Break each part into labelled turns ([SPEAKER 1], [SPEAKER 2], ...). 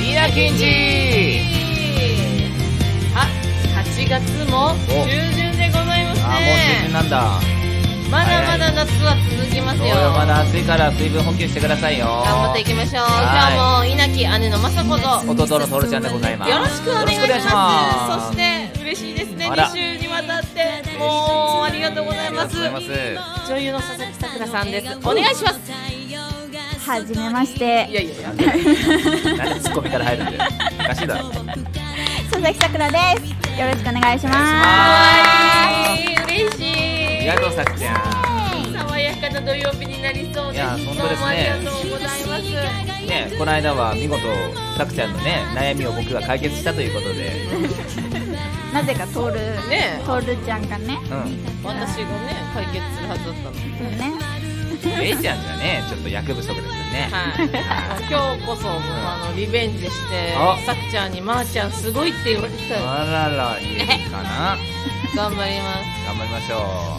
[SPEAKER 1] ニナキンジ
[SPEAKER 2] あ、8月も
[SPEAKER 1] お
[SPEAKER 2] 中旬でございま
[SPEAKER 1] あー、もう中
[SPEAKER 2] す
[SPEAKER 1] 旬
[SPEAKER 2] ね。
[SPEAKER 1] なんだ。
[SPEAKER 2] まだまだ夏は続きます
[SPEAKER 1] そう
[SPEAKER 2] よ。
[SPEAKER 1] よ、まだ暑いから水分補給してくださいよ。
[SPEAKER 2] 頑張っていきましょう。
[SPEAKER 1] は
[SPEAKER 2] 今日も稲木姉の雅子と
[SPEAKER 1] 弟のトルちゃんでございます。
[SPEAKER 2] よろしくお願いし
[SPEAKER 1] よろくお
[SPEAKER 2] ま
[SPEAKER 1] 願
[SPEAKER 2] す。そして嬉しいですね。
[SPEAKER 1] あら
[SPEAKER 2] 2週にわたってもうありがとうございます。
[SPEAKER 1] ありがとうございま
[SPEAKER 2] 女優の佐々木さくらさんです。お願いします。
[SPEAKER 3] はじめまし
[SPEAKER 2] い
[SPEAKER 3] て
[SPEAKER 2] やいやいや。
[SPEAKER 1] す。なんでツッコミから入るんだよ。おかしいだろ。
[SPEAKER 3] 佐々木さくらですよろしくお願いしま
[SPEAKER 2] は
[SPEAKER 3] す
[SPEAKER 2] い、嬉しい。
[SPEAKER 1] ありがとう、さくちゃん。
[SPEAKER 2] 爽やかな土曜日になりそう
[SPEAKER 1] い
[SPEAKER 2] で
[SPEAKER 1] や
[SPEAKER 2] す。
[SPEAKER 1] 本
[SPEAKER 2] ど
[SPEAKER 1] 当
[SPEAKER 2] う
[SPEAKER 1] ですね
[SPEAKER 2] もありがとうございます。
[SPEAKER 1] ね、この間は見事、さくちゃんのね、悩みを僕が解決したということで。
[SPEAKER 3] なぜかトール
[SPEAKER 2] ねえ
[SPEAKER 3] トールちゃんがね
[SPEAKER 1] うん。
[SPEAKER 2] 私がね、解決するはずだったの。
[SPEAKER 3] そうね
[SPEAKER 1] レイちゃんがね、ちょっと薬不足ですよね。
[SPEAKER 2] はい、 今日こそもうあのリベンジして
[SPEAKER 1] あ
[SPEAKER 2] さくちゃんに「まーちゃんすごい」って言われてたよ
[SPEAKER 1] あらら、いいかな。
[SPEAKER 2] 頑張りま
[SPEAKER 1] 頑張りましょ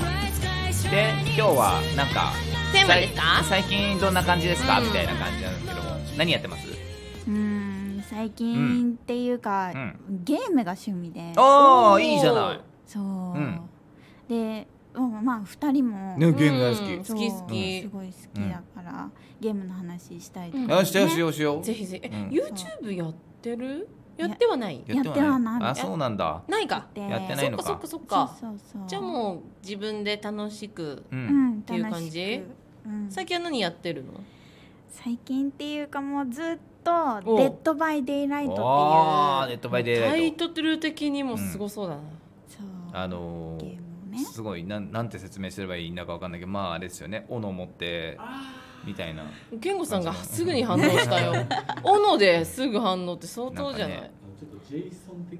[SPEAKER 1] う。で、今日は、なんか、
[SPEAKER 2] テーマですか
[SPEAKER 1] さい最近どんな感じですか、
[SPEAKER 2] うん
[SPEAKER 1] みたいな感じなんですけども、何やってます
[SPEAKER 3] うーん最近っていうか、
[SPEAKER 1] う
[SPEAKER 3] ゲームが趣味で
[SPEAKER 1] お
[SPEAKER 2] お
[SPEAKER 1] お
[SPEAKER 2] ー
[SPEAKER 1] いいじゃない。
[SPEAKER 3] そう、
[SPEAKER 1] んで
[SPEAKER 3] でうんまあ2人も、
[SPEAKER 1] ね
[SPEAKER 2] す
[SPEAKER 1] ゲーム大好き
[SPEAKER 2] うん
[SPEAKER 3] そ
[SPEAKER 2] 好
[SPEAKER 3] う
[SPEAKER 2] き好き
[SPEAKER 3] す、ごい好きだから、ゲームの話したいとか、
[SPEAKER 1] よしよしよしよ。
[SPEAKER 2] ぜひぜひ、え
[SPEAKER 1] うん
[SPEAKER 2] YouTube やってるやってはない
[SPEAKER 3] やってはない
[SPEAKER 1] あ、そうなんだ。
[SPEAKER 2] ないか
[SPEAKER 3] で
[SPEAKER 1] やってな
[SPEAKER 2] そ
[SPEAKER 1] い
[SPEAKER 2] っ
[SPEAKER 1] の
[SPEAKER 2] か
[SPEAKER 1] か
[SPEAKER 2] そっかそっか
[SPEAKER 3] そうそうそう
[SPEAKER 2] じゃあもう自分で楽しく
[SPEAKER 1] う
[SPEAKER 3] う、
[SPEAKER 1] ん。
[SPEAKER 3] ん、
[SPEAKER 2] ていう感じ
[SPEAKER 3] 楽しくうん、
[SPEAKER 2] 最近は何やってるの
[SPEAKER 3] 最近っていうかもうずっと「
[SPEAKER 2] お
[SPEAKER 3] デッド・バイ・デイ・ライト」っていう
[SPEAKER 1] あー、ネットバイデイ
[SPEAKER 2] タ
[SPEAKER 1] ラ
[SPEAKER 2] イ
[SPEAKER 1] イト。
[SPEAKER 2] トル的にもすごそうだな、
[SPEAKER 3] そう
[SPEAKER 1] あの
[SPEAKER 3] ゲ
[SPEAKER 1] ー
[SPEAKER 3] ームをね
[SPEAKER 1] すごいなんなんて説明すればいいんだかわかんないけどまああれですよね斧持ってみたいな
[SPEAKER 2] 健吾さんがすぐに反応し たよ斧ですぐ反応って相当じゃない
[SPEAKER 1] なんか
[SPEAKER 4] ちょっとジェイソン的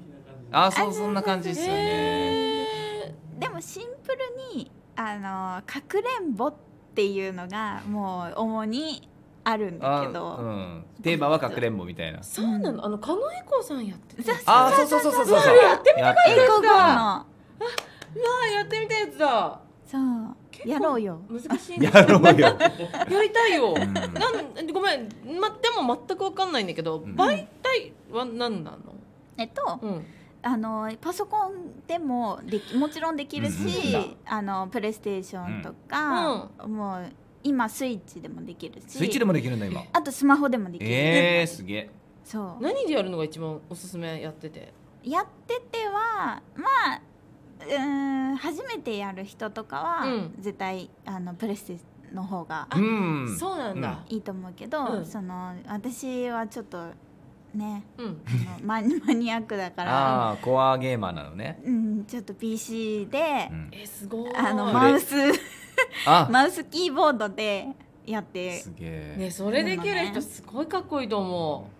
[SPEAKER 4] な感じで
[SPEAKER 1] あそうそんな感じですよね
[SPEAKER 2] え
[SPEAKER 3] でもシンプルにあのかくれんぼっていうのがもう主にあるんだ
[SPEAKER 1] あ
[SPEAKER 3] けど、
[SPEAKER 1] うんテーマはかくれんぼみたいな
[SPEAKER 2] ーそうなのあの狩野英孝さんやってた
[SPEAKER 1] あーそうそうそうそうそうやってみたか
[SPEAKER 3] 英語の
[SPEAKER 2] なあやってみたやつだ
[SPEAKER 3] そうやろうよ
[SPEAKER 2] 難しいね
[SPEAKER 1] やろうよ
[SPEAKER 2] やりたいよ、
[SPEAKER 1] ん
[SPEAKER 2] なんごめん、ま、でも全く分かんないんだけど、
[SPEAKER 1] ん
[SPEAKER 2] 媒体は何なの、
[SPEAKER 3] えっと
[SPEAKER 2] うん、
[SPEAKER 3] あのパソコンでもできもちろんできるし、
[SPEAKER 1] うんうんうん
[SPEAKER 3] あのプレイステーションとか、もう今スイッチでもできるし
[SPEAKER 1] スイッチでもできるんだ今
[SPEAKER 3] あとスマホでもできる、
[SPEAKER 1] えー、すげえ
[SPEAKER 3] そう
[SPEAKER 2] 何でやるのが一番おすすめやってて
[SPEAKER 3] やっててはまあうーん初めてやる人とかは、
[SPEAKER 2] うん
[SPEAKER 3] 絶対あのプレステの方が
[SPEAKER 1] うん
[SPEAKER 2] そうなんだ、
[SPEAKER 3] いいと思うけど、
[SPEAKER 2] うん
[SPEAKER 3] その私はちょっとね
[SPEAKER 2] うん
[SPEAKER 3] あのマ ニマニアックだから、
[SPEAKER 1] ああーコアゲーマーなのね、
[SPEAKER 3] うん、ちょっと PC で
[SPEAKER 1] う、ん、
[SPEAKER 2] えすごい
[SPEAKER 3] あの
[SPEAKER 1] ま
[SPEAKER 3] マウス
[SPEAKER 1] あ
[SPEAKER 3] マウスキーボードでやって
[SPEAKER 1] すげえ、
[SPEAKER 2] ね、それできる人すごいかっこいいと思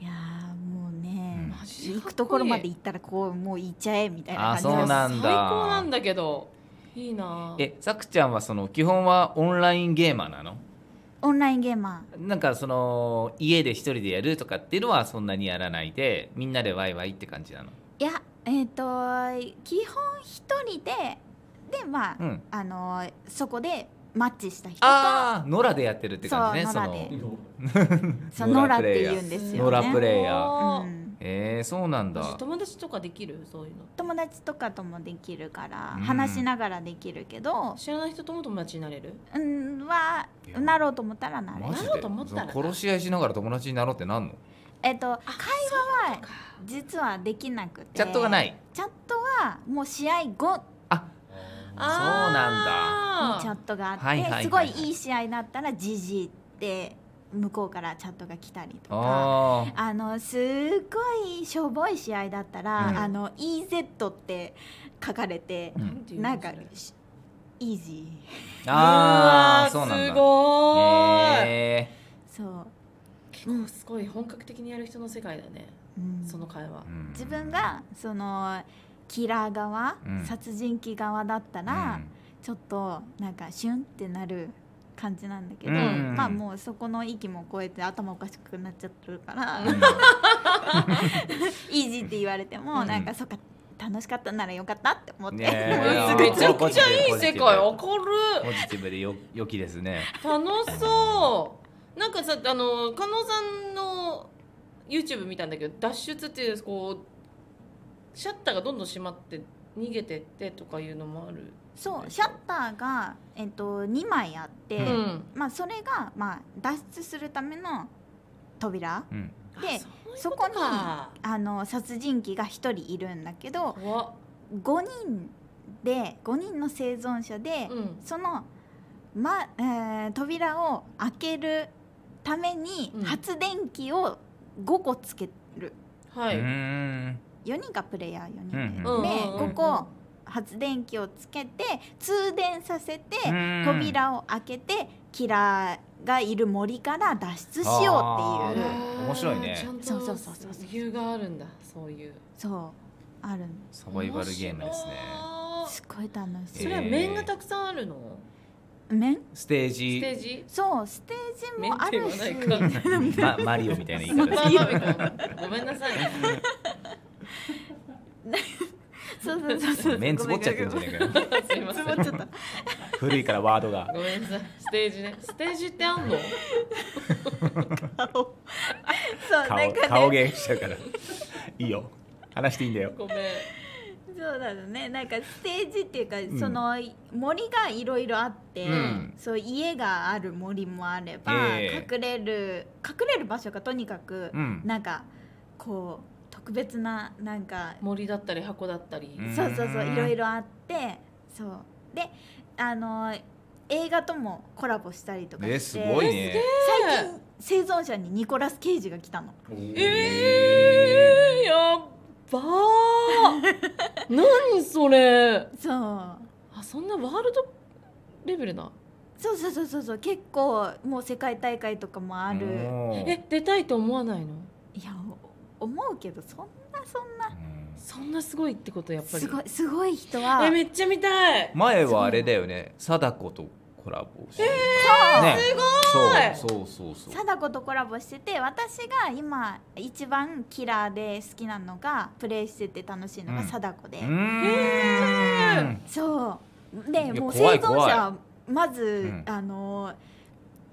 [SPEAKER 3] いやーもう
[SPEAKER 1] うん
[SPEAKER 3] ね、
[SPEAKER 2] マジかっこいい
[SPEAKER 3] 行くところまで行ったらこうもう行っちゃえみたい
[SPEAKER 1] あ
[SPEAKER 3] な感じ
[SPEAKER 1] そううなんだ
[SPEAKER 2] 最高なんだけどいいな
[SPEAKER 1] えさくちゃんはその基本はオンラインゲーマーなの
[SPEAKER 3] オンラインゲーマ
[SPEAKER 1] なんかその家で一人でやるとかっていうのはそんなにやらないでみんなでワイワイって感じなの
[SPEAKER 3] ーいやえっ、と基本一人ででまあ、
[SPEAKER 1] うん
[SPEAKER 3] あのーそこでマッチした人と
[SPEAKER 1] ああ野良でやってるって感じね
[SPEAKER 3] そう
[SPEAKER 1] そ
[SPEAKER 3] 野良
[SPEAKER 1] の
[SPEAKER 3] でそ
[SPEAKER 1] ノ
[SPEAKER 3] のノ
[SPEAKER 1] ラ
[SPEAKER 3] ラっ
[SPEAKER 1] プレ
[SPEAKER 3] て
[SPEAKER 1] イヤー
[SPEAKER 3] 言うんです
[SPEAKER 1] ノ
[SPEAKER 3] よ
[SPEAKER 1] ラ
[SPEAKER 3] ね
[SPEAKER 1] プレイヤ
[SPEAKER 2] ー
[SPEAKER 3] うん
[SPEAKER 1] えー、そうなん
[SPEAKER 2] 私
[SPEAKER 1] だ
[SPEAKER 2] 友達とかできるそういうの
[SPEAKER 3] 友達とかともできるから、
[SPEAKER 1] うん
[SPEAKER 3] 話しながらできるけど
[SPEAKER 2] 知らない人とも友達になれる
[SPEAKER 3] うんはい
[SPEAKER 1] や
[SPEAKER 3] なろうと思ったらなれる
[SPEAKER 1] マジで
[SPEAKER 2] なろうと思ったらな
[SPEAKER 1] その殺し合いしながら友達になろうってなんの
[SPEAKER 3] えっと
[SPEAKER 2] 会
[SPEAKER 3] 話は実はできなくて
[SPEAKER 1] チャットがない
[SPEAKER 3] チャットはもう試合後
[SPEAKER 2] あ
[SPEAKER 3] に
[SPEAKER 2] ー
[SPEAKER 3] チャットがあって、
[SPEAKER 1] はいはいはいはい
[SPEAKER 3] すごいいい試合だったら「じじ」って向こうからチャットが来たりとか。
[SPEAKER 1] あー
[SPEAKER 3] あのすっごいしょぼい試合だったら「
[SPEAKER 1] うん
[SPEAKER 3] あの EZ」って書かれて、
[SPEAKER 1] うん
[SPEAKER 2] ていうの
[SPEAKER 3] なんか
[SPEAKER 2] それ
[SPEAKER 3] しイージ
[SPEAKER 1] あー
[SPEAKER 2] う
[SPEAKER 1] そう
[SPEAKER 2] わ
[SPEAKER 1] なん
[SPEAKER 2] ー
[SPEAKER 1] だ
[SPEAKER 2] すごーい、
[SPEAKER 1] え
[SPEAKER 3] ーそう、
[SPEAKER 2] 結構すごい本格的にやる人の世界だね、
[SPEAKER 3] うん
[SPEAKER 2] その会話
[SPEAKER 1] ーうん
[SPEAKER 3] 自分がそのキラー側、
[SPEAKER 1] うん
[SPEAKER 3] 殺人鬼側だった
[SPEAKER 1] う
[SPEAKER 3] ら、
[SPEAKER 1] ん
[SPEAKER 3] ちょっとなんかシュンってなる感じなんだけど、
[SPEAKER 1] うん
[SPEAKER 3] まあもうそこの域も超えて頭おかしくなっちゃってるから、
[SPEAKER 1] うん
[SPEAKER 3] イージーって言われても、
[SPEAKER 2] うん
[SPEAKER 3] なんかそっか楽しかったならよかったって 思って、
[SPEAKER 1] ねえ
[SPEAKER 3] もうすぐ
[SPEAKER 2] めちゃくちゃいい世界明るい
[SPEAKER 1] ポジティブでよ良きですね。
[SPEAKER 2] 楽しそうなんかさあの加納さんの YouTube 見たんだけど脱出っていうこうシャッターがどんどん閉まって逃げてってとかいうのもある
[SPEAKER 3] そうシャッターが、えっと2枚あって、
[SPEAKER 1] うん
[SPEAKER 3] まあ、それが、まあ、脱出するための扉
[SPEAKER 1] うん。
[SPEAKER 3] で
[SPEAKER 2] あ
[SPEAKER 3] そう
[SPEAKER 2] いう
[SPEAKER 3] こに
[SPEAKER 2] とか
[SPEAKER 3] あの殺人鬼が1人いるんだけど
[SPEAKER 2] 怖っ
[SPEAKER 3] 5人で5人の生存者で、
[SPEAKER 2] うん
[SPEAKER 3] その、まえー扉を開けるために
[SPEAKER 2] うん
[SPEAKER 3] 発電機を5個つける、
[SPEAKER 2] は
[SPEAKER 1] う
[SPEAKER 2] い
[SPEAKER 1] ーん。
[SPEAKER 3] 4人がプレイヤー4人で、
[SPEAKER 1] うん
[SPEAKER 3] で
[SPEAKER 2] うん
[SPEAKER 3] 5個発電機をつけて通電させて、
[SPEAKER 1] うん
[SPEAKER 3] 扉を開けてキラーがいる森から脱出し
[SPEAKER 1] あ
[SPEAKER 3] ようっていう
[SPEAKER 1] ー面白いね
[SPEAKER 2] ちゃんと
[SPEAKER 3] そうそうそうそう
[SPEAKER 2] 理由があるんだそういう
[SPEAKER 3] そうあるの
[SPEAKER 1] サバイバルゲームですね。
[SPEAKER 3] すごい楽し
[SPEAKER 2] そ
[SPEAKER 3] い、
[SPEAKER 2] れは面がたくさんあるの、
[SPEAKER 3] 面
[SPEAKER 1] ステー
[SPEAKER 2] ステー
[SPEAKER 1] ジ。
[SPEAKER 2] ジ
[SPEAKER 3] そうステージもあるし
[SPEAKER 2] 面ではないか
[SPEAKER 1] まマリオみたいな言い
[SPEAKER 2] ま
[SPEAKER 1] 方
[SPEAKER 2] あ
[SPEAKER 1] で
[SPEAKER 2] ますあまあみたいなごめんなさい
[SPEAKER 3] そうそうそう
[SPEAKER 1] け
[SPEAKER 3] そ
[SPEAKER 1] ど。
[SPEAKER 3] う
[SPEAKER 1] メンツ持っちゃってるんじゃないか な。
[SPEAKER 2] すいません
[SPEAKER 3] ごめんごめんごめんつぼっちゃっ
[SPEAKER 1] 古いからワードが。
[SPEAKER 2] ごめんなさいステージねステージってあんの
[SPEAKER 3] たそうな
[SPEAKER 1] 顔
[SPEAKER 3] んかね
[SPEAKER 1] 顔芸しちゃうから。いいよ。話していいんだよ。
[SPEAKER 2] ごめん
[SPEAKER 3] そうだよねなんかステージっていうか、
[SPEAKER 1] ん
[SPEAKER 3] その森がいろいろあって、
[SPEAKER 1] うん
[SPEAKER 3] そう家がある森もあれば、
[SPEAKER 1] ええ
[SPEAKER 3] 隠れる隠れる場所がとにかく、
[SPEAKER 1] うん。
[SPEAKER 3] なんかこう特別ななんか、
[SPEAKER 2] 森だったり箱だったり、
[SPEAKER 1] うん
[SPEAKER 3] そうそうそういろいろあってそうであの映画ともコラボしたりとかして
[SPEAKER 1] えすごいね。
[SPEAKER 3] 最近生存者にニコラス・ケイジが来たの
[SPEAKER 2] えー、やっばー何それ
[SPEAKER 3] そう
[SPEAKER 2] あそんなワールドレベルな
[SPEAKER 3] そうそうそうそうそう結構もう世界大会とかもある
[SPEAKER 1] おー
[SPEAKER 2] え出たいと思わないの
[SPEAKER 3] いやお思うけどそんなそんな
[SPEAKER 1] うん
[SPEAKER 2] そんなすごいってことやっぱり
[SPEAKER 3] すごいすごい人は
[SPEAKER 2] えめっちゃ見たい
[SPEAKER 1] 前はあれだよね。貞子とコラボして。ね。
[SPEAKER 2] す
[SPEAKER 1] そうそうそうそう。
[SPEAKER 3] 貞子とコラボしてて私が今一番キラーで好きなのがプレイしてて楽しいのが
[SPEAKER 1] うん
[SPEAKER 3] 貞子で、
[SPEAKER 1] うーん
[SPEAKER 3] そう
[SPEAKER 1] い
[SPEAKER 3] で
[SPEAKER 1] や
[SPEAKER 3] もう生
[SPEAKER 1] 怖い
[SPEAKER 3] 存者
[SPEAKER 1] 怖い
[SPEAKER 3] はまず、
[SPEAKER 1] ん
[SPEAKER 3] あの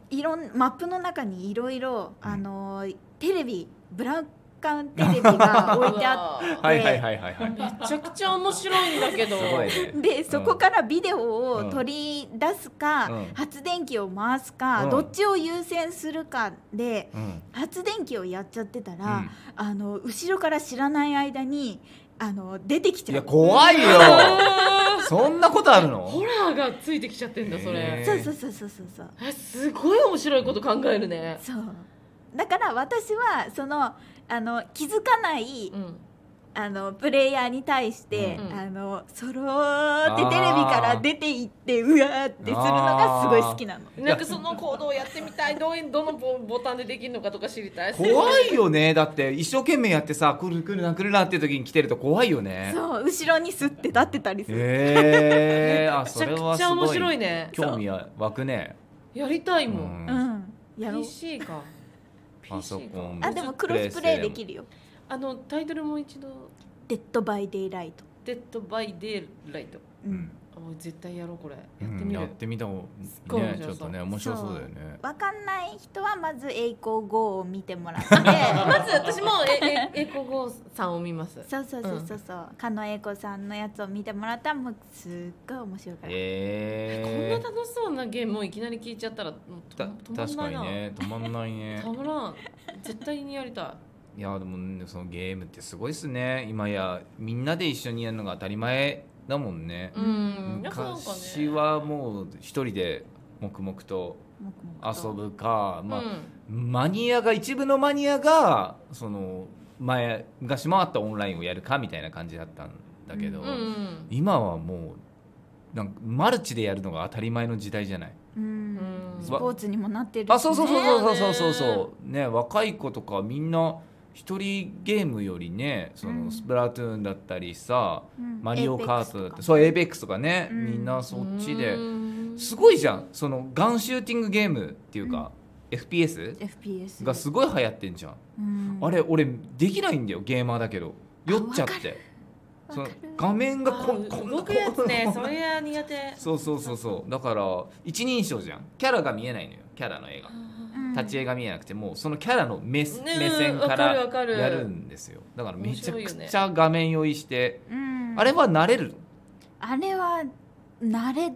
[SPEAKER 3] いろんマップの中にいろいろあのテレビブラウン管テレビが置いてあっ
[SPEAKER 2] うわ
[SPEAKER 1] はいはいはいはいはい。
[SPEAKER 2] めちゃくちゃ面白いんだけど
[SPEAKER 1] すごいね。
[SPEAKER 3] でそこからビデオを取り出すか、
[SPEAKER 1] うん
[SPEAKER 3] 発電機を回すか、
[SPEAKER 1] うん
[SPEAKER 3] どっちを優先するかで
[SPEAKER 1] うん。
[SPEAKER 3] 発電機をやっちゃってた
[SPEAKER 1] う
[SPEAKER 3] ら、
[SPEAKER 1] ん
[SPEAKER 3] あの後ろから知らない間にあの出てき
[SPEAKER 1] い
[SPEAKER 3] ちゃ
[SPEAKER 1] や
[SPEAKER 3] う。
[SPEAKER 1] 怖いよ。そんなことある
[SPEAKER 2] ホ
[SPEAKER 1] の？
[SPEAKER 2] ラーがついてきちゃってんだそ
[SPEAKER 1] へ
[SPEAKER 2] れ、
[SPEAKER 3] そうそうそうそうそうそう
[SPEAKER 2] えすごい面白いこと考えるね、
[SPEAKER 3] そうだから私はそのあの気づかない、
[SPEAKER 2] うん、
[SPEAKER 3] あのプレイヤーに対して、
[SPEAKER 2] うん
[SPEAKER 3] あのそろーってテレビから出ていってうわーってするのがすごい好きなの。
[SPEAKER 2] なんかその行動をやってみたいどういどのボボタンでできるのかとか知りたい
[SPEAKER 1] 怖いよね。だって一生懸命やってさ、来る来るな来るなって時に来てると怖いよね。
[SPEAKER 3] そう後ろにすって立ってたりする。
[SPEAKER 1] ええー、あ
[SPEAKER 2] めち
[SPEAKER 1] そ
[SPEAKER 2] ゃ
[SPEAKER 1] れ
[SPEAKER 2] く
[SPEAKER 1] は
[SPEAKER 2] ち
[SPEAKER 1] す
[SPEAKER 2] ゃ面
[SPEAKER 1] ご
[SPEAKER 2] 白
[SPEAKER 1] い
[SPEAKER 2] い。ね
[SPEAKER 1] 興味は湧くね。。
[SPEAKER 2] やりたいうもん、
[SPEAKER 3] うんん。やろう。
[SPEAKER 2] PC か
[SPEAKER 1] パソコン
[SPEAKER 2] PC か
[SPEAKER 3] あでもクロスプレイできるよ。
[SPEAKER 2] あのタイトルもう一度
[SPEAKER 3] デッドバイデイライト。
[SPEAKER 2] 「デッド・バイ・デイ・ライト
[SPEAKER 3] う
[SPEAKER 1] うんん。」
[SPEAKER 2] あもう絶対やろうこれやって
[SPEAKER 1] うん
[SPEAKER 2] みる、
[SPEAKER 1] やってみた方
[SPEAKER 2] っごい面
[SPEAKER 1] ね、ちょ
[SPEAKER 2] 白そ
[SPEAKER 1] っ
[SPEAKER 2] う
[SPEAKER 1] とね面白そうだよね。
[SPEAKER 3] わかんない人はまず栄光 GO を見ても らって
[SPEAKER 2] まず私も ええエコゴーさんを見ます
[SPEAKER 3] そうそうそうそうそう加野英子さんのやつを見てもらったらもうすっごい面白いから、
[SPEAKER 2] こんな
[SPEAKER 1] ええ
[SPEAKER 2] 楽しそうなゲームをいきなり聞いちゃったらもう
[SPEAKER 1] ー。
[SPEAKER 2] と
[SPEAKER 1] た
[SPEAKER 2] 止ま
[SPEAKER 1] 確
[SPEAKER 2] んな
[SPEAKER 1] か
[SPEAKER 2] い
[SPEAKER 1] に
[SPEAKER 2] な、
[SPEAKER 1] ね、止まんないね
[SPEAKER 2] た。まらん絶対にやりた
[SPEAKER 1] いやでもねそのゲームってすごいっすね今やみんなで一緒にやるのが当たり前だもんね
[SPEAKER 2] いうんやっぱなんか
[SPEAKER 1] 昔
[SPEAKER 2] ね
[SPEAKER 1] はもう一人で黙々と
[SPEAKER 3] もくもくと
[SPEAKER 1] 遊ぶか、まあ
[SPEAKER 2] うん
[SPEAKER 1] マニアが一部のマニアがその前昔回ったオンラインをやるかみたいな感じだったんだけど、
[SPEAKER 3] う
[SPEAKER 2] うんうん
[SPEAKER 1] 今はもうなんかマルチでやるのが当たり前の時代じゃない
[SPEAKER 3] うん
[SPEAKER 2] うん
[SPEAKER 3] スポーツにもなってるしね
[SPEAKER 1] あそうそうそうそうそうそうそうね若い子とかみんな一人ゲームよりねそのスプラトゥーンだったりさ、
[SPEAKER 3] うん
[SPEAKER 1] マリオカートだって
[SPEAKER 3] Apex とか
[SPEAKER 1] そうエイベックスとかね、
[SPEAKER 3] うん
[SPEAKER 1] みんなそっちで
[SPEAKER 2] うん
[SPEAKER 1] すごいじゃんそのガンシューティングゲームっていうか、FPS
[SPEAKER 3] FPS
[SPEAKER 1] がすごい流行ってんじゃん、
[SPEAKER 3] うん
[SPEAKER 1] あれ俺できないんだよゲーマーだけど酔っちゃって
[SPEAKER 3] わ
[SPEAKER 1] そ
[SPEAKER 3] か
[SPEAKER 1] の
[SPEAKER 3] る
[SPEAKER 1] 画面がこ
[SPEAKER 2] あ
[SPEAKER 1] んこんな
[SPEAKER 2] 動くやつねそれは 苦手
[SPEAKER 1] そうそうそうそうだから一人称じゃんキャラが見えないのよキャラの映画
[SPEAKER 3] うん
[SPEAKER 1] 立ち絵が見えなくてもそのキャラの目,、
[SPEAKER 2] ね
[SPEAKER 1] 目線か
[SPEAKER 2] わかる
[SPEAKER 1] ら
[SPEAKER 2] わかる
[SPEAKER 1] やるんですよだからめちゃ
[SPEAKER 2] 面
[SPEAKER 1] く
[SPEAKER 2] 白いよね
[SPEAKER 1] ちゃ画面用意して、
[SPEAKER 3] うん
[SPEAKER 1] あれは慣れる
[SPEAKER 3] あれは慣れ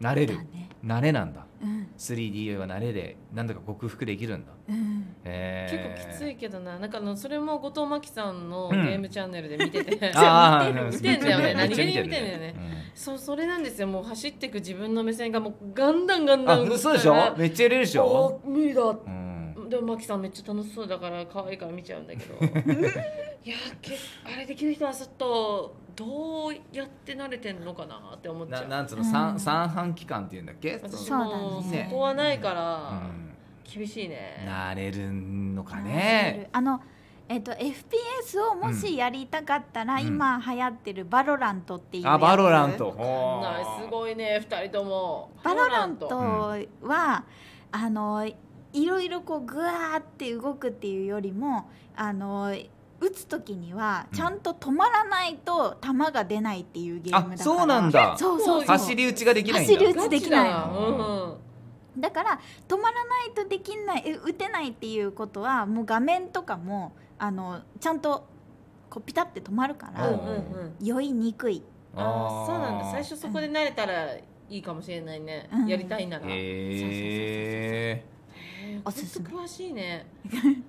[SPEAKER 1] 慣れ
[SPEAKER 3] だ
[SPEAKER 1] る
[SPEAKER 3] ね
[SPEAKER 1] 慣れなんだ
[SPEAKER 3] うん
[SPEAKER 1] 3D は慣れでなんだか克服できるんだ、
[SPEAKER 3] うん
[SPEAKER 2] 結
[SPEAKER 1] えー
[SPEAKER 2] 構きついけどななんかあのそれも後藤真希さんのゲームチャンネルで見てて、
[SPEAKER 1] あー
[SPEAKER 2] 見てんだよ
[SPEAKER 1] めっちゃ
[SPEAKER 2] ね何気に見てんだよねそうそれなんですよもう走っていく自分の目線がもうガンダンガン
[SPEAKER 1] うん
[SPEAKER 2] ダ
[SPEAKER 1] あ
[SPEAKER 2] ン
[SPEAKER 1] 嘘でしょめっちゃ入れるでしょ、
[SPEAKER 2] あー無理だ
[SPEAKER 1] うん、
[SPEAKER 2] でもマキさんめっちゃ楽しそうだから可愛いから見ちゃうん だけどいやーけあれできる人はちょっとどうやって慣れてんのかなって思っちゃ
[SPEAKER 1] な
[SPEAKER 2] う
[SPEAKER 1] なんつうの、
[SPEAKER 3] うん
[SPEAKER 1] 三三半期間っていうんだっけ
[SPEAKER 2] 私
[SPEAKER 3] そうだね
[SPEAKER 2] もう
[SPEAKER 1] ね
[SPEAKER 2] そこはないか
[SPEAKER 1] う
[SPEAKER 2] ら
[SPEAKER 1] ん、
[SPEAKER 2] 厳しいね、
[SPEAKER 1] 慣れるのか
[SPEAKER 3] 慣れ
[SPEAKER 1] ね
[SPEAKER 3] るあのえっと FPS をもしやりたかったら、
[SPEAKER 1] うん
[SPEAKER 3] 今流行ってるバロラントっていうやつ
[SPEAKER 1] あバロラント
[SPEAKER 2] ないす
[SPEAKER 1] い
[SPEAKER 2] ごいね二人とも
[SPEAKER 3] バロラント
[SPEAKER 1] ロ
[SPEAKER 3] は、あのいろいろこうグワーって動くっていうよりもあの打つ時には
[SPEAKER 1] うん
[SPEAKER 3] ちゃんと止まらないと球が出ないっていうゲームだから、
[SPEAKER 1] あそうなんだ
[SPEAKER 3] そうそうそう
[SPEAKER 1] 走り打ちができないんだ
[SPEAKER 3] 走り打
[SPEAKER 2] ガ
[SPEAKER 3] ち
[SPEAKER 2] チ
[SPEAKER 3] できない
[SPEAKER 2] だうん
[SPEAKER 3] だから止まらないとできないえ打てないっていうことはもう画面とかもあのちゃんとこうピタって止まるか
[SPEAKER 2] うん
[SPEAKER 3] ら、
[SPEAKER 2] う
[SPEAKER 1] うんん
[SPEAKER 2] うん
[SPEAKER 3] 酔いにくい、
[SPEAKER 2] ああそうなんだ最
[SPEAKER 1] 初
[SPEAKER 2] 初そこで慣れたらいいかもしれないね、
[SPEAKER 3] うん
[SPEAKER 2] やりたいなら、
[SPEAKER 1] へえ
[SPEAKER 2] えー
[SPEAKER 3] おすすめ
[SPEAKER 2] ほんと詳しいね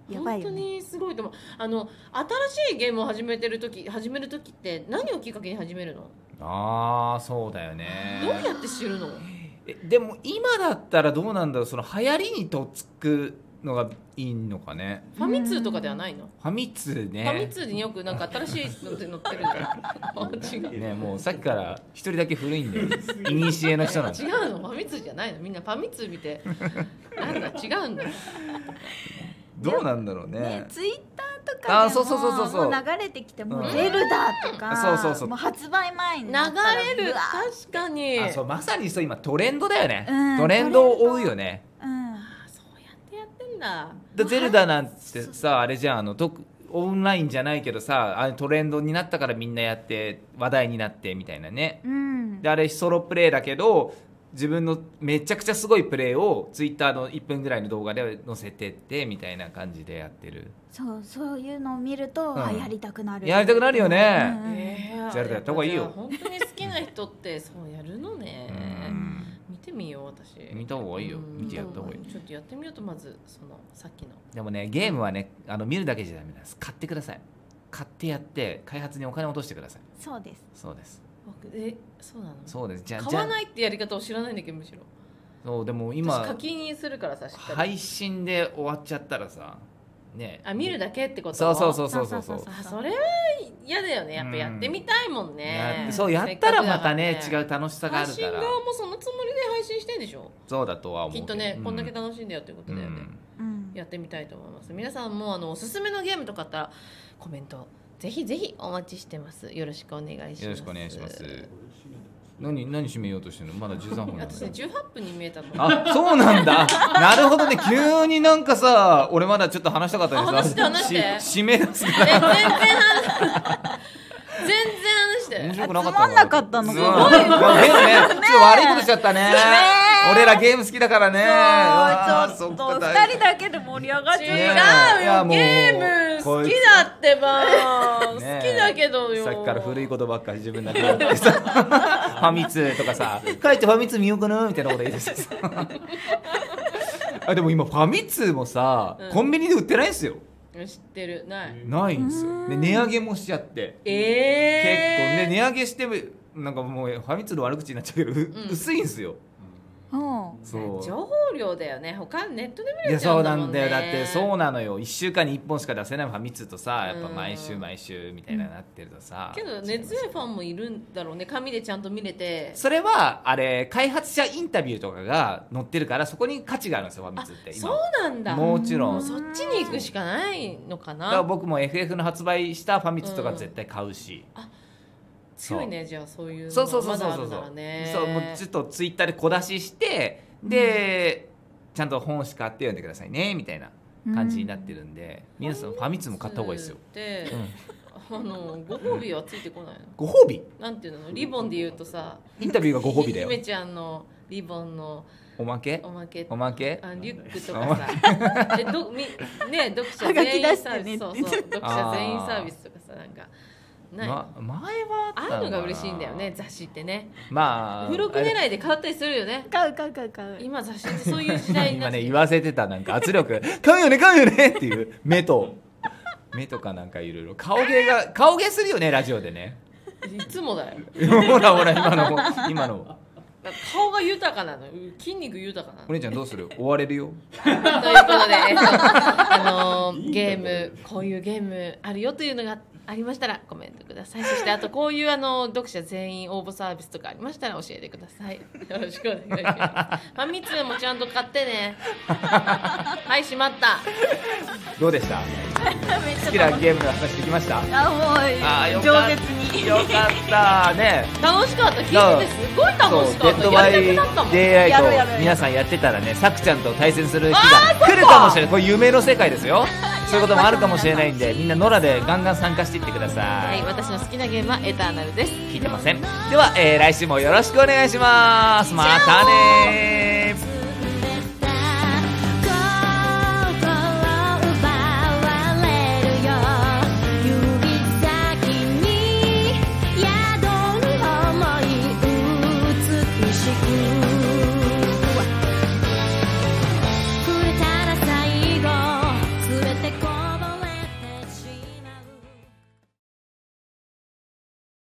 [SPEAKER 3] やばい
[SPEAKER 2] 本
[SPEAKER 3] よ
[SPEAKER 2] 当
[SPEAKER 3] ね。
[SPEAKER 2] にすごいと思うあの新しいゲームを始めてる時始める時って何をきっかけに始めるの、
[SPEAKER 1] ああそうだよ
[SPEAKER 2] どう
[SPEAKER 1] ね
[SPEAKER 2] やって知るの
[SPEAKER 1] えでも今だったらどうなんだろうその流行りにとっつくのがいいのかね
[SPEAKER 2] ファミ通とかではないの、
[SPEAKER 1] ファミ通ね
[SPEAKER 2] ファミ通によくなんか新しいのって載ってるじゃんあ違う
[SPEAKER 1] ねもうさっきから一人だけ古いんで いにしえの人なんだ
[SPEAKER 2] 違うのファミ通じゃないのみんなファミ通見てなんだ違うんだ
[SPEAKER 1] どうなんだろうね
[SPEAKER 3] ね、ツイッターとかでも
[SPEAKER 1] あそうそうそうそうそう
[SPEAKER 3] もう流れてきても
[SPEAKER 1] う
[SPEAKER 3] うんゼルダとか、
[SPEAKER 1] そうそうそう
[SPEAKER 3] もう発売前に
[SPEAKER 2] 流
[SPEAKER 3] なったら
[SPEAKER 2] れる
[SPEAKER 3] うわ
[SPEAKER 2] 確かに
[SPEAKER 1] あそうまさにそう今トレンドだよね、
[SPEAKER 3] うん
[SPEAKER 1] トレンドを追うよね
[SPEAKER 3] うん
[SPEAKER 2] あそうやってやってんだ
[SPEAKER 1] だゼルダなんてさあれじゃんあのとオンラインじゃないけどさあれトレンドになったからみんなやって話題になってみたいなね
[SPEAKER 3] うん
[SPEAKER 1] であれソロプレイだけど自分のめちゃくちゃすごいプレイをツイッターの1分ぐらいの動画で載せてってみたいな感じでやってる
[SPEAKER 3] そうそういうのを見ると、
[SPEAKER 1] うん
[SPEAKER 3] あやりたくなる
[SPEAKER 1] やりたくなるよね
[SPEAKER 3] うんうん
[SPEAKER 1] ゼルダやった方がいいよ
[SPEAKER 2] やっぱじゃあ本当に好きな人ってそうやるのね
[SPEAKER 1] うん
[SPEAKER 2] 見てみよう私
[SPEAKER 1] 見た方がいいよ
[SPEAKER 2] うん
[SPEAKER 1] 見てやった方がいい
[SPEAKER 2] ちょっとやってみようとまずそのさっきの
[SPEAKER 1] でもねゲームはねあの見るだけじゃダメなんです買ってください買ってやって開発にお金を落としてください
[SPEAKER 3] そうです
[SPEAKER 1] そうです
[SPEAKER 2] 僕えそうなの
[SPEAKER 1] そうですじゃあ
[SPEAKER 2] 買わ
[SPEAKER 1] じゃあ
[SPEAKER 2] ないってやり方を知らないんだけどむしろ
[SPEAKER 1] そうでも
[SPEAKER 2] 今課
[SPEAKER 1] 今
[SPEAKER 2] 金にするからさしっかり、
[SPEAKER 1] 配信で終わっちゃったらさね
[SPEAKER 2] あ見るだけってこと
[SPEAKER 1] そうそうそうそうそうそう
[SPEAKER 2] あそれは嫌だよねやっぱやってみたいもんね、
[SPEAKER 1] やそうやったらまたね
[SPEAKER 2] せっ
[SPEAKER 1] 違
[SPEAKER 2] かく
[SPEAKER 1] う楽しさ
[SPEAKER 2] だ
[SPEAKER 1] が
[SPEAKER 2] か
[SPEAKER 1] あ
[SPEAKER 2] ら配
[SPEAKER 1] る
[SPEAKER 2] 信
[SPEAKER 1] から
[SPEAKER 2] 側もそのつもりで配信してんでしょ
[SPEAKER 1] そうだとは思う
[SPEAKER 2] き
[SPEAKER 1] け
[SPEAKER 2] っ
[SPEAKER 1] ど
[SPEAKER 2] とね、
[SPEAKER 1] う
[SPEAKER 2] こんだけ楽しんでよってことだよね、
[SPEAKER 1] うん
[SPEAKER 3] うん
[SPEAKER 2] やってみたいと思います皆さんもあのおすすめのゲームとかあったらコメントぜひぜひお待ちしてますよろしくお願いします
[SPEAKER 1] よろしくお願いします何何締めようとしてるのまだ13分なん
[SPEAKER 2] 私
[SPEAKER 1] だ
[SPEAKER 2] ね18分に見えたの
[SPEAKER 1] あそうなんだ なるほどね急になんかさ俺まだちょっと話したかったん
[SPEAKER 2] あ話して話して
[SPEAKER 1] し締め出すか
[SPEAKER 2] え全
[SPEAKER 1] ら
[SPEAKER 2] 然話 全然話
[SPEAKER 1] 面
[SPEAKER 2] して
[SPEAKER 1] 白くなかった
[SPEAKER 3] つまんなかったの
[SPEAKER 1] すごいゲームねちょっと悪いことしちゃったね俺らゲーム好きだからね
[SPEAKER 3] そうち
[SPEAKER 1] う
[SPEAKER 3] ょ
[SPEAKER 1] わーそ
[SPEAKER 3] っと
[SPEAKER 1] っか
[SPEAKER 3] 二人だけで盛り上がっちゃう
[SPEAKER 1] ね
[SPEAKER 2] 違う
[SPEAKER 1] いや
[SPEAKER 2] よ
[SPEAKER 1] もう
[SPEAKER 2] ゲーム好きだってば好き
[SPEAKER 1] ねえ
[SPEAKER 2] だけどよ
[SPEAKER 1] さっきから古いことばっかり自分だけ言って さファミ通とかさ帰ってファミ通見ようかなみたいなこと言い 出してさあでも今ファミ通もさ、
[SPEAKER 2] うん
[SPEAKER 1] コンビニで売ってないんですよ
[SPEAKER 2] 知ってるない
[SPEAKER 1] ないんです
[SPEAKER 3] う
[SPEAKER 1] よ
[SPEAKER 3] ん
[SPEAKER 1] で値上げもしちゃって結
[SPEAKER 2] え
[SPEAKER 1] 構
[SPEAKER 2] え
[SPEAKER 1] ね値上げしてなんかもうファミ通の悪口になっちゃうけど、う薄いんですよ
[SPEAKER 3] うん
[SPEAKER 1] そう
[SPEAKER 2] 情報量だよね他ネットで見
[SPEAKER 1] い
[SPEAKER 2] れ
[SPEAKER 1] や
[SPEAKER 2] ちゃ
[SPEAKER 1] そううん
[SPEAKER 2] だ
[SPEAKER 1] な
[SPEAKER 2] もん
[SPEAKER 1] ん
[SPEAKER 2] ね
[SPEAKER 1] だよだってそうなのよ1週間に1本しか出せないファミ通とさやっぱ
[SPEAKER 2] うん
[SPEAKER 1] 毎週毎週みたいななってるとさ、
[SPEAKER 2] けど熱強いファンもいるんだろうね紙でちゃんと見れて
[SPEAKER 1] それはあれ開発者インタビューとかが載ってるからそこに価値があるんですよファミ通って
[SPEAKER 2] そうなんだも
[SPEAKER 1] もちろん
[SPEAKER 2] うそっちに行くしかないのか
[SPEAKER 1] だから
[SPEAKER 2] な
[SPEAKER 1] 僕も FF の発売したファミ通とか絶対買うし、
[SPEAKER 2] 強いねじゃあそういうの
[SPEAKER 1] そうそうそうそう
[SPEAKER 2] まだ
[SPEAKER 1] そ
[SPEAKER 2] あ
[SPEAKER 1] う
[SPEAKER 2] るならね
[SPEAKER 1] そうもうちょっとツイッターで小出ししてで、ちゃんと本しか買って読んでくださいねみたいな感じになってるんで、皆さんファミ通も買った方がいいですよ、
[SPEAKER 2] で、あのご褒美はついてこないの
[SPEAKER 1] ご褒美
[SPEAKER 2] なんていうのリボンで言うとさ
[SPEAKER 1] インタビューがご褒美だよ
[SPEAKER 2] 姫ちゃんのリボンの
[SPEAKER 1] おまけ
[SPEAKER 2] おまけ
[SPEAKER 1] おまけ
[SPEAKER 2] あリュックとかさえどみね読者
[SPEAKER 3] はがき
[SPEAKER 2] 全員サー
[SPEAKER 3] 出して
[SPEAKER 2] ビ
[SPEAKER 3] ね
[SPEAKER 2] ス
[SPEAKER 3] っ
[SPEAKER 2] そ
[SPEAKER 3] て
[SPEAKER 2] うそう読者全員サービスとかさなんかない、
[SPEAKER 1] ま、前はあ
[SPEAKER 2] あ
[SPEAKER 1] っ
[SPEAKER 2] あ
[SPEAKER 1] た
[SPEAKER 2] いうの
[SPEAKER 1] か
[SPEAKER 2] が
[SPEAKER 1] な
[SPEAKER 2] 嬉しいんだよね雑誌ってね
[SPEAKER 1] まあ
[SPEAKER 2] 付録狙いで変わったりするよね
[SPEAKER 3] 買う買う買う買う
[SPEAKER 2] 今雑誌ってそういう時代にな
[SPEAKER 1] 今
[SPEAKER 2] っ
[SPEAKER 1] ね
[SPEAKER 2] て
[SPEAKER 1] 言わせてたなんか圧力 「買うよね買うよね」っていう目と目とかなんかいろいろ顔芸が顔芸するよねラジオでね
[SPEAKER 2] いつもだよ
[SPEAKER 1] ほらほら今の今の
[SPEAKER 2] 顔が豊かなの筋肉豊かなの
[SPEAKER 1] お姉ちゃんどうする追われるよ
[SPEAKER 2] ということで、 えっとあのーゲームこういうゲームあるよというのがありましたらコメントくださいそしてあとこういうあの読者全員応募サービスとかありましたら教えてくださいよろしくお願いしますファミ通もちゃんと買ってね はいしまった
[SPEAKER 1] どうでした
[SPEAKER 3] めっちゃ
[SPEAKER 1] 好きなゲームの話できました
[SPEAKER 3] あ
[SPEAKER 1] あーよ
[SPEAKER 3] もう
[SPEAKER 1] か
[SPEAKER 3] 上
[SPEAKER 1] っ
[SPEAKER 3] 舌に
[SPEAKER 1] よかったね
[SPEAKER 2] 楽しかった聞いててすごい
[SPEAKER 1] そう
[SPEAKER 2] 楽しか
[SPEAKER 1] デ
[SPEAKER 2] っ
[SPEAKER 1] ッド
[SPEAKER 2] た
[SPEAKER 1] バイ
[SPEAKER 2] やりたくなったもん
[SPEAKER 1] デイライ
[SPEAKER 3] や
[SPEAKER 1] ト
[SPEAKER 3] ろうやろうやろう
[SPEAKER 1] 皆さんやってたらねさくちゃんと対戦する日が来るかもしれないこれ夢の世界ですよそういうこともあるかもしれないんでみんな野良でガンガン参加していってくださ
[SPEAKER 2] はい
[SPEAKER 1] い
[SPEAKER 2] 私の好きなゲームはエターナルです
[SPEAKER 1] 聞いてませんでは、えー来週もよろしくお願いしますまたねー